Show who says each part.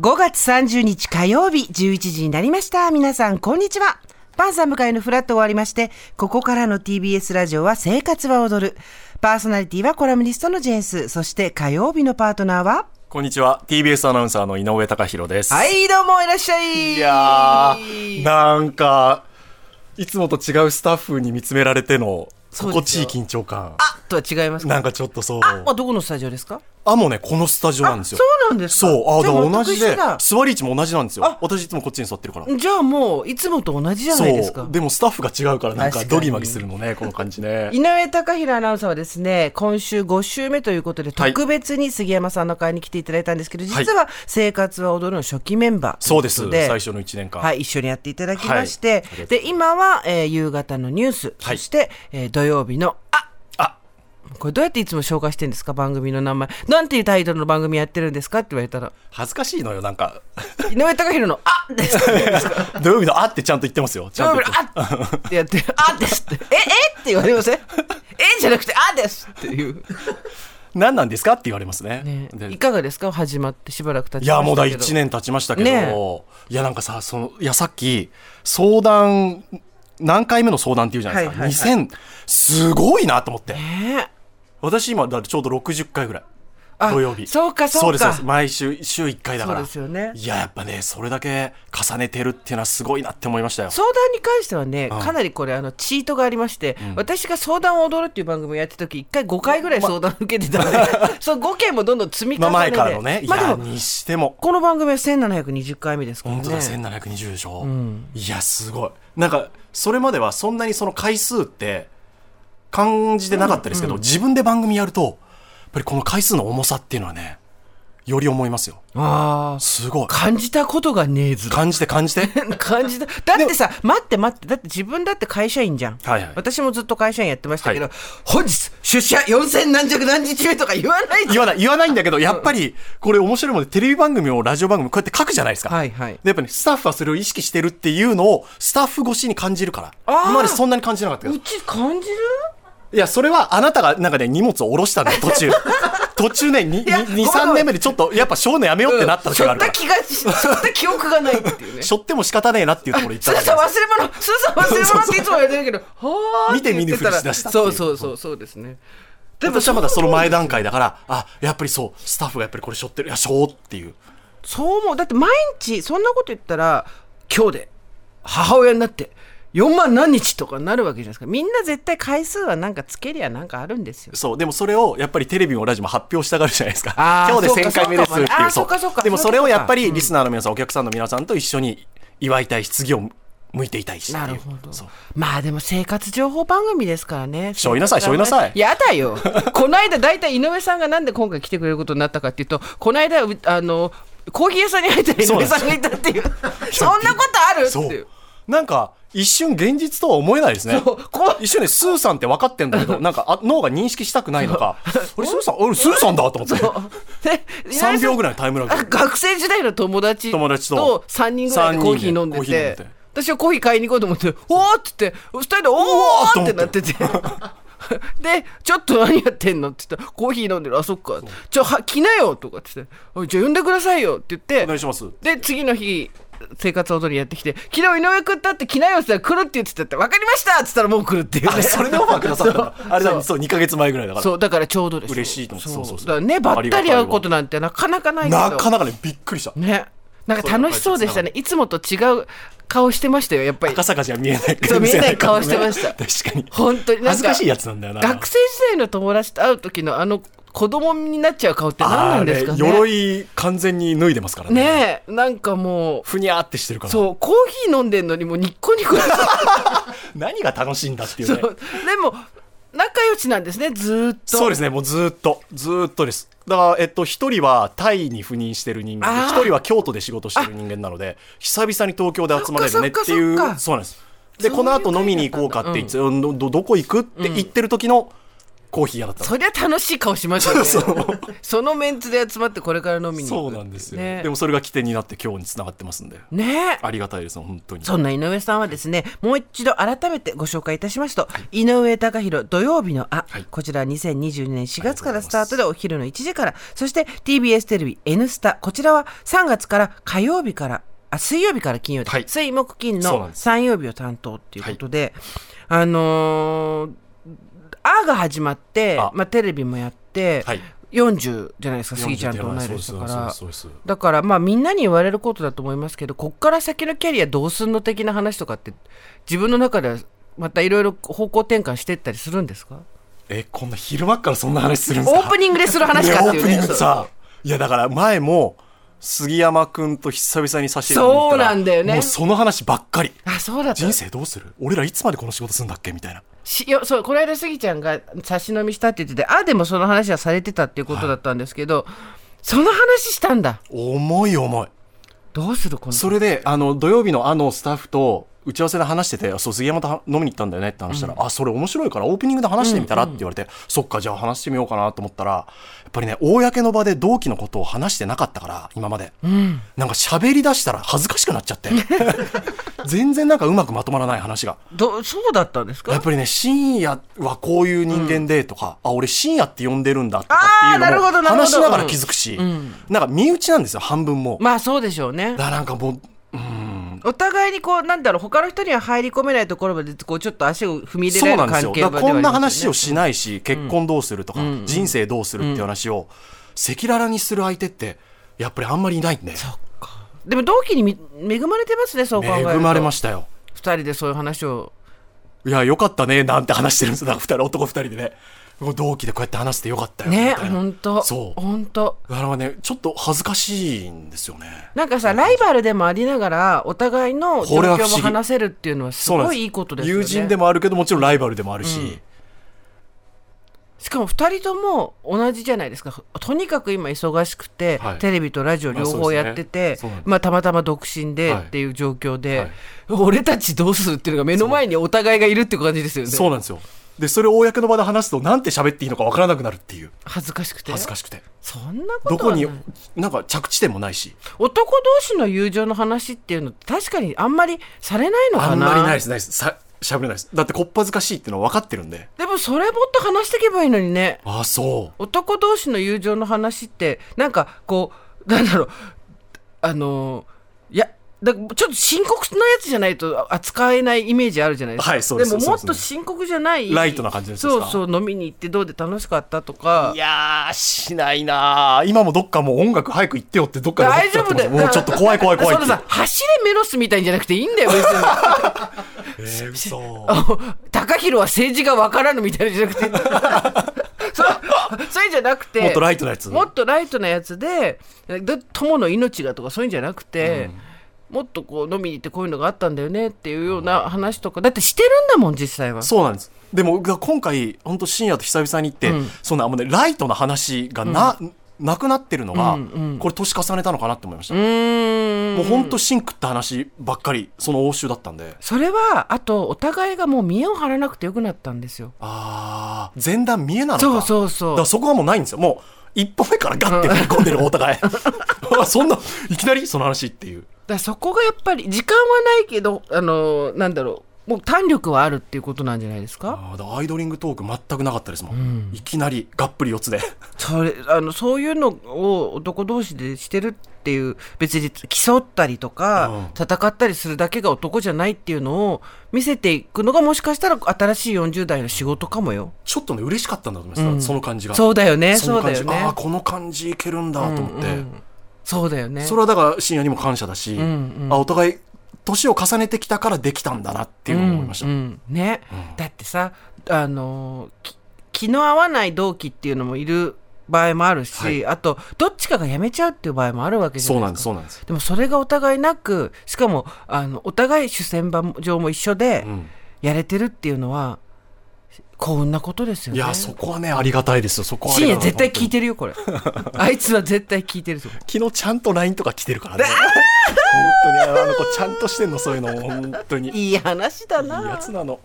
Speaker 1: 5月30日火曜日11時になりました。皆さん、こんにちは。パンサー向かいのフラット終わりまして、ここからの TBS ラジオは生活は踊る。パーソナリティはコラムニストのジェーンス。そして火曜日のパートナーは
Speaker 2: こんにちは TBS アナウンサーの井上貴博です
Speaker 1: はい、どうもいらっしゃい。
Speaker 2: いやーなんかいつもと違うスタッフに見つめられての
Speaker 1: そう
Speaker 2: 心
Speaker 1: です
Speaker 2: 地い
Speaker 1: よ
Speaker 2: い緊張感
Speaker 1: あとは違いますか
Speaker 2: なんかちょっとそう
Speaker 1: あ、まあ、どこのスタジオですか
Speaker 2: あもうねこのスタジオなんですよ
Speaker 1: そうなんですか
Speaker 2: そうあだか
Speaker 1: じ
Speaker 2: ら
Speaker 1: ゃあ
Speaker 2: 同
Speaker 1: 全
Speaker 2: じ
Speaker 1: く一緒
Speaker 2: で
Speaker 1: だ
Speaker 2: 座り位置も同じなんですよ
Speaker 1: あ
Speaker 2: 私いつもこっちに座ってるから
Speaker 1: じゃあもう、いつもと同じじゃないです
Speaker 2: そ
Speaker 1: か
Speaker 2: う。でもスタッフが違うからなん
Speaker 1: 確か
Speaker 2: か
Speaker 1: に
Speaker 2: ドギマギするのねこの感じね
Speaker 1: 井上貴博アナウンサーはですね今週5週目ということで
Speaker 2: はい
Speaker 1: 特別に杉山さんの会に来ていただいたんですけど、
Speaker 2: はい
Speaker 1: 実は「生活は踊る」の初期メンバーとい
Speaker 2: そう
Speaker 1: こ
Speaker 2: で
Speaker 1: と
Speaker 2: す最初の1年間
Speaker 1: はい、一緒にやっていただきまして、
Speaker 2: はい
Speaker 1: で今は、えー夕方のニュース、
Speaker 2: はい
Speaker 1: そして、えー土曜日の「あ
Speaker 2: あ
Speaker 1: これどうやっていつも紹介してるんですか番組の名前なんていうタイトルの番組やってるんですかって言われたら
Speaker 2: 恥ずかしいのよなんか
Speaker 1: 井上貴博の「あです
Speaker 2: 土曜日のあってちゃんと言ってますよ ち
Speaker 1: 土
Speaker 2: ゃ
Speaker 1: 曜
Speaker 2: んと
Speaker 1: 日
Speaker 2: 言
Speaker 1: の
Speaker 2: ってま
Speaker 1: 「
Speaker 2: す
Speaker 1: あ ってやって「あです」って「ええっ?」て言われません「えじゃなくて「あです」っていう。
Speaker 2: 何なんですかって言われますね
Speaker 1: ね
Speaker 2: で
Speaker 1: いかがですか始まってしばらく経
Speaker 2: い
Speaker 1: ちましたけ
Speaker 2: や
Speaker 1: ど
Speaker 2: もうだ1年経ちましたけど、
Speaker 1: ね
Speaker 2: いやなんかさそのいやさっき相談何回目の相談っていうじゃないですか、
Speaker 1: はいはい
Speaker 2: 2000すごいなと思って
Speaker 1: ね
Speaker 2: 私今だからちょうど60回ぐらい
Speaker 1: あ
Speaker 2: 土曜日
Speaker 1: そうかそうか
Speaker 2: そうですそうです毎週週1回だから
Speaker 1: そうですよね
Speaker 2: いややっぱねそれだけ重ねてるっていうのはすごいなって思いましたよ
Speaker 1: 相談に関してはね、
Speaker 2: ん
Speaker 1: かなりこれあのチートがありまして、私が相談を踊るっていう番組をやってた時1回5回ぐらい相談を受けてたので、 その5件もどんどん積み重
Speaker 2: まあ
Speaker 1: ねて、
Speaker 2: 前からのね、
Speaker 1: まあ
Speaker 2: いや
Speaker 1: でも
Speaker 2: にしても
Speaker 1: この番組は1720回目ですからね
Speaker 2: 本当だ、1720でしょ、いやすごいなんかそれまではそんなにその回数って感じてなかったですけど、自分で番組やるとやっぱりこの回数の重さっていうのはねより思いますよ
Speaker 1: ああ
Speaker 2: すごい
Speaker 1: 感じたことがねえず
Speaker 2: 感じて感じて
Speaker 1: 感じただってさ待って待ってだって自分だって会社員じゃん、
Speaker 2: はいはい
Speaker 1: 私もずっと会社員やってましたけど、
Speaker 2: は
Speaker 1: 本日出社4000何十何日目とか言わないじゃん
Speaker 2: 言わない言わないんだけどやっぱりこれ面白いもんでテレビ番組をラジオ番組こうやって書くじゃないですか、
Speaker 1: はいはい
Speaker 2: でやっぱねスタッフはそれを意識してるっていうのをスタッフ越しに感じるから
Speaker 1: あー
Speaker 2: 今までそんなに感じなかったけど
Speaker 1: うち感じる
Speaker 2: いや、それはあなたがなんかね、荷物を下ろしたのよ、途 中。途中ね、2、
Speaker 1: やごめん
Speaker 2: 2 3年目でちょっと、やっぱしょうのやめようってなった時
Speaker 1: しょ
Speaker 2: があ
Speaker 1: っ
Speaker 2: るか
Speaker 1: た
Speaker 2: ら。
Speaker 1: 気が し、しょった記憶がないっていうね。
Speaker 2: しょっても仕方ねえなっていうところ言った
Speaker 1: す
Speaker 2: だ
Speaker 1: ず
Speaker 2: け
Speaker 1: さん忘
Speaker 2: で
Speaker 1: れ
Speaker 2: す。
Speaker 1: 物、すずさん忘れ物っていつも言われてるけ ど、はーって言ってたら
Speaker 2: 見て見ぬふりしだしたっていう
Speaker 1: そうそうそう、そうですね。でも
Speaker 2: 私はまだその前段階だから、あ、やっぱりそう、スタッフがやっぱりこれしょってる、いや、しょうっていう。
Speaker 1: そう思う。だって毎日、そんなこと言ったら、今日で、母親になって、4万何日とかなるわけじゃないですか。みんな絶対回数はなんかつけりゃなんかあるんですよ。
Speaker 2: そう、でもそれをやっぱりテレビもラジオも発表したがるじゃないですか
Speaker 1: あ。ー
Speaker 2: 今日
Speaker 1: そう
Speaker 2: で
Speaker 1: か
Speaker 2: 1000回目ですって
Speaker 1: そ
Speaker 2: い
Speaker 1: うかあー
Speaker 2: う。
Speaker 1: そうかそうか
Speaker 2: でも
Speaker 1: そう
Speaker 2: そ
Speaker 1: いう
Speaker 2: れ
Speaker 1: ことか
Speaker 2: をやっぱりリスナーの皆さん、お客さんの皆さんと一緒に祝いたいし、次を向いていたいしっていう。
Speaker 1: なるほど
Speaker 2: そう。
Speaker 1: まあでも生活情報番組ですからね
Speaker 2: しょいなさいしょいなさい
Speaker 1: やだよこの間大体井上さんがなんで今回来てくれることになったかっていうとこの間うあのコーヒー屋さんに入ったら井上さんがいたっていうそんなことあるって
Speaker 2: そ
Speaker 1: いう
Speaker 2: う。なんか、一瞬現実とは思えないですね。
Speaker 1: そうこう
Speaker 2: 一瞬ね、スーさんって分かってんだ けど、なんかあ脳が認識したくないのか、俺スーさん、俺スーさんだと思って。
Speaker 1: で井上さん
Speaker 2: 3秒ぐらいのタイムラグ。
Speaker 1: あ学生時代の友達
Speaker 2: 友達と
Speaker 1: 3人ぐらいでコーヒー飲んで
Speaker 2: 三人で
Speaker 1: て
Speaker 2: コーヒー飲んで
Speaker 1: 私はコーヒー買いに行こうと思って「おーっ!」つって2人で「お
Speaker 2: お
Speaker 1: ー!」
Speaker 2: ー
Speaker 1: ってなってて で「ちょっと何やってんの?」って言ったら「コーヒー飲んでるあそっか」「じゃあ来なよ」とかって言っておい「じゃあ呼んでくださいよ」って言って
Speaker 2: お願い します。い
Speaker 1: で次の日生活踊りやってきて「昨日井上君だって来なよ」って言ったら来るって言ってたって「分かりました」っつったらもう来るっていうね
Speaker 2: やそれでオファーくださった のあれだ、そう、2ヶ月前ぐらいだから。
Speaker 1: そうだからちょうどです
Speaker 2: 嬉しいと思って
Speaker 1: そう
Speaker 2: そうそうそう
Speaker 1: だからねばったり会うことなんてなかなかないけど
Speaker 2: なかなかね、びっくりした。
Speaker 1: ねなんか楽しそうでしたねいつもと違う顔してましたよやっぱり
Speaker 2: 赤坂じゃ見えない
Speaker 1: そう見えない顔してました
Speaker 2: 確かに。
Speaker 1: 本当になんか
Speaker 2: 恥ずかしいやつなんだよな。
Speaker 1: 学生時代の友達と会う時のあの子供になっちゃう顔って何なんですかね
Speaker 2: あれ鎧完全に脱いでますからね。
Speaker 1: ねえなんかもう
Speaker 2: ふにゃーってしてるから。
Speaker 1: そうコーヒー飲んでんのにもうニッコニコして
Speaker 2: 何が楽しいんだっていう
Speaker 1: そ
Speaker 2: ね
Speaker 1: う。でも仲良しなんですねずーっと
Speaker 2: そうですね、もうずーっと、ずーっとです。だから、えっと、一人はタイに赴任してる人
Speaker 1: あー
Speaker 2: 間で、一人は京都で仕事してる人間なので、久々に東京で集まれるねっていう、
Speaker 1: そっかそっかそっ
Speaker 2: そう
Speaker 1: か
Speaker 2: なんです。
Speaker 1: そ
Speaker 2: で、
Speaker 1: ういう
Speaker 2: この後飲みに行こうかって言って、うんどどどこ行くって言ってる時の、コーヒー嫌だったの
Speaker 1: そりゃ楽しい顔しますよね
Speaker 2: そ
Speaker 1: そうのメンツで集まってこれから飲みに
Speaker 2: そ
Speaker 1: 行く
Speaker 2: うなんですよ、
Speaker 1: ね
Speaker 2: でもそれが起点になって今日につながってますんで
Speaker 1: ね
Speaker 2: ありがたいです本当に
Speaker 1: そんな井上さんはですね、もう一度改めてご紹介いたしますと、井上貴博土曜日のあ、
Speaker 2: はい
Speaker 1: こちらは2022年4月から
Speaker 2: あ
Speaker 1: スタ
Speaker 2: りがとうございます
Speaker 1: ートでお昼の1時から、そして TBS テレビ N スタ、こちらは3月から火曜日から、あ、水曜日から金曜日、
Speaker 2: はい
Speaker 1: 水木金
Speaker 2: そうなん
Speaker 1: の
Speaker 2: です
Speaker 1: 3曜日を担当っていうことで、あのー、あが始まって
Speaker 2: あ、
Speaker 1: まあテレビもやって、
Speaker 2: はい
Speaker 1: 40じゃないですか、杉ちゃんと同い
Speaker 2: そうで
Speaker 1: 年
Speaker 2: す
Speaker 1: だ
Speaker 2: そう
Speaker 1: か
Speaker 2: です
Speaker 1: ら。
Speaker 2: そうですそうです
Speaker 1: だからまあみんなに言われることだと思いますけどこっから先のキャリアどうすんの的な話とかって自分の中ではまたいろいろ方向転換していったりするんですか
Speaker 2: えこんな昼間っからそんな話するんです
Speaker 1: オ
Speaker 2: か
Speaker 1: ープニングでする話かっていう
Speaker 2: い
Speaker 1: ね
Speaker 2: やオープニングさいやだから前も杉山君と久々に差し入れに行ったら
Speaker 1: そうなんだよね
Speaker 2: もうその話ばっかり
Speaker 1: あそうだった
Speaker 2: 人生どうする俺らいつまでこの仕事するんだっけみたいな
Speaker 1: しよそうこの間スギちゃんが差し飲みしたって言っててあでもその話はされてたっていうことだったんですけど、その話したんだ
Speaker 2: 重い重い
Speaker 1: どうするこの
Speaker 2: それであの土曜日のあのスタッフと打ち合わせで話しててそう杉山とは飲みに行ったんだよねって話したら、あそれ面白いからオープニングで話してみたらって言われて、そっかじゃあ話してみようかなと思ったらやっぱりね公の場で同期のことを話してなかったから今まで、なんか喋り出したら恥ずかしくなっち ゃって全然なんかうまくまとまらない話が
Speaker 1: どそうだったんです
Speaker 2: や
Speaker 1: か
Speaker 2: っぱりね深夜はこういう人間でとか、あ俺深夜って呼んでるんだとかって
Speaker 1: あーないる
Speaker 2: う
Speaker 1: ほど
Speaker 2: のを
Speaker 1: なるほど
Speaker 2: 話しながら気づくし、なんか身内なんですよ半分も、
Speaker 1: まあそうでしょうね
Speaker 2: だからなんかもううん
Speaker 1: お互いにこうなんだろう他の人には入り込めないところまでこうちょっと足を踏み入れ
Speaker 2: そう
Speaker 1: ら
Speaker 2: な
Speaker 1: れ
Speaker 2: ん
Speaker 1: る
Speaker 2: で
Speaker 1: 関
Speaker 2: すよ。
Speaker 1: 係
Speaker 2: だ
Speaker 1: 場
Speaker 2: か
Speaker 1: で
Speaker 2: ら
Speaker 1: は
Speaker 2: こんな
Speaker 1: ありますよ
Speaker 2: 話
Speaker 1: ね
Speaker 2: をしないし、結婚どうするとか、人生どうするって話を赤裸々にする相手ってやっぱりあんまりいないんで
Speaker 1: でも同期にみ恵まれてますねそう考え
Speaker 2: 恵
Speaker 1: ると
Speaker 2: まれましたよ。
Speaker 1: 2人でそういう話を
Speaker 2: いやよかったねなんて話してるんですよ。だから二人男二人でね、もう同期でこうやって話してよかったよみたい
Speaker 1: ね
Speaker 2: な。
Speaker 1: 本当
Speaker 2: そう。
Speaker 1: 本当
Speaker 2: だからねちょっと恥ずかしいんですよね。
Speaker 1: なんかさライバルでもありながらお互いの状
Speaker 2: これは不
Speaker 1: 況
Speaker 2: 思
Speaker 1: も
Speaker 2: 議
Speaker 1: 話せるっていうのはす
Speaker 2: そうなん
Speaker 1: ご
Speaker 2: です。
Speaker 1: いいいことですよね
Speaker 2: 友人でもあるけどもちろんライバルでもあるし、
Speaker 1: しかも2人とも同じじゃないですかとにかく今忙しくて、
Speaker 2: はい
Speaker 1: テレビとラジオ両方やってて、
Speaker 2: まあそうですねそうなんです
Speaker 1: まあ、たまたま独身で
Speaker 2: はい
Speaker 1: っていう状況で、
Speaker 2: はい
Speaker 1: 俺たちどうするっていうのが目の前にお互いがいるっていう感じですよね
Speaker 2: そうなんですよ。でそれを公の場で話すとなんて喋っていいのかわからなくなるっていう
Speaker 1: 恥ずかしくて
Speaker 2: 恥ずかしくて。
Speaker 1: そんなこ
Speaker 2: ど
Speaker 1: とは
Speaker 2: こ
Speaker 1: ない
Speaker 2: になんか着地点もないし。
Speaker 1: 男同士の友情の話っていうのって確かにあんまりされないの
Speaker 2: あ
Speaker 1: か
Speaker 2: ん
Speaker 1: な
Speaker 2: まりないです、ないです。さ、しゃべれないです。だって、こっぱずかしいってのは分かってるんで。
Speaker 1: でもそれもっと話していけばいいのにね
Speaker 2: ああ、そう。
Speaker 1: 男同士の友情の話ってなんかこうなんだろうあのいやだちょっと深刻なやつじゃないとあ扱えないイメージあるじゃないですか、
Speaker 2: はいそうです
Speaker 1: ももっ
Speaker 2: そうで
Speaker 1: と
Speaker 2: す
Speaker 1: 深刻じゃない
Speaker 2: ライトな感じですか
Speaker 1: そうそう飲みに行ってどうで楽しかったとか
Speaker 2: いやー、しないなー。今もどっかもう音楽早く行ってよってどっかで思っ
Speaker 1: 大
Speaker 2: ち
Speaker 1: 丈
Speaker 2: ゃった
Speaker 1: 夫
Speaker 2: んで
Speaker 1: だ
Speaker 2: す
Speaker 1: よ
Speaker 2: もうちょっと怖い怖い怖いっ
Speaker 1: そ
Speaker 2: て
Speaker 1: のさ走れメロスみたいんじゃなくていいんだよ別に
Speaker 2: えー、嘘。
Speaker 1: 高弘は政治がわからぬみたいなのじゃなく てそそれじゃなくて
Speaker 2: もっとライトなやつ。
Speaker 1: もっとライトなやつでで友の命がとかそういうんじゃなくて、もっとこう飲みに行ってこういうのがあったんだよねっていうような話とかだってしてるんだもん実際は
Speaker 2: そうなんです。でも、が今回、本当深夜と久々に行って、そんな、あんまね、ライトな話がな、なくなってるのが、これ年重ねたのかなって思いました。
Speaker 1: うーん
Speaker 2: もう本当シンクった話ばっかり、その応酬だったんで。
Speaker 1: それはあとお互いがもう見栄を張らなくてよくなったんですよ
Speaker 2: あー、前段見えなのか。
Speaker 1: そうそうそ
Speaker 2: だ
Speaker 1: う
Speaker 2: からそこはもうないんですよ。もう、一歩目からガッて踏み込んでる、お互い。 そんな、いきなりその話っていう。
Speaker 1: だからそこがやっぱり時間はないけどあのなんだろうもう胆力はあるっていうことなんじゃないですか
Speaker 2: あーだからアイドリングトーク全くなかったですもん。いきなり、がっぷり四つで。
Speaker 1: それあのそういうのを男同士でしてるっていう別に競ったりとか、戦ったりするだけが男じゃないっていうのを見せていくのがもしかしたら新しい40代の仕事かもよ
Speaker 2: ちょっとね、嬉しかったんだと思います、その感じが。
Speaker 1: そうだよね
Speaker 2: そ
Speaker 1: そ
Speaker 2: の
Speaker 1: うだ
Speaker 2: 感じ
Speaker 1: よね
Speaker 2: ああ、この感じいけるんだと思って。
Speaker 1: そうだよね
Speaker 2: それはだから深夜にも感謝だし、あお互い、年を重ねてきたからできたんだなっていうのを思いました。
Speaker 1: うんね、だってさあのき気の合わない同期っていうのもいる場合もあるし、
Speaker 2: はい
Speaker 1: あとどっちかが辞めちゃうっていう場合もあるわけじゃ
Speaker 2: そう
Speaker 1: な
Speaker 2: ないん
Speaker 1: で
Speaker 2: です、
Speaker 1: すか
Speaker 2: そうなんです。
Speaker 1: でもそれがお互いなくしかもあのお互い主戦場上も一緒で
Speaker 2: ん
Speaker 1: やれてるっていうのは幸運なことですよ
Speaker 2: い
Speaker 1: ね。
Speaker 2: や、そこはね、ありがたいですよ、そこはあり
Speaker 1: 深
Speaker 2: が
Speaker 1: 夜
Speaker 2: た。
Speaker 1: 絶対聞いてるよ これあいつは絶対聞いてるぞ
Speaker 2: 昨日ちゃんと LINE とか来てるからね。本当に、あの子ちゃんとしてんの、そういうの、本当に。いい
Speaker 1: いい話だな
Speaker 2: やつなの。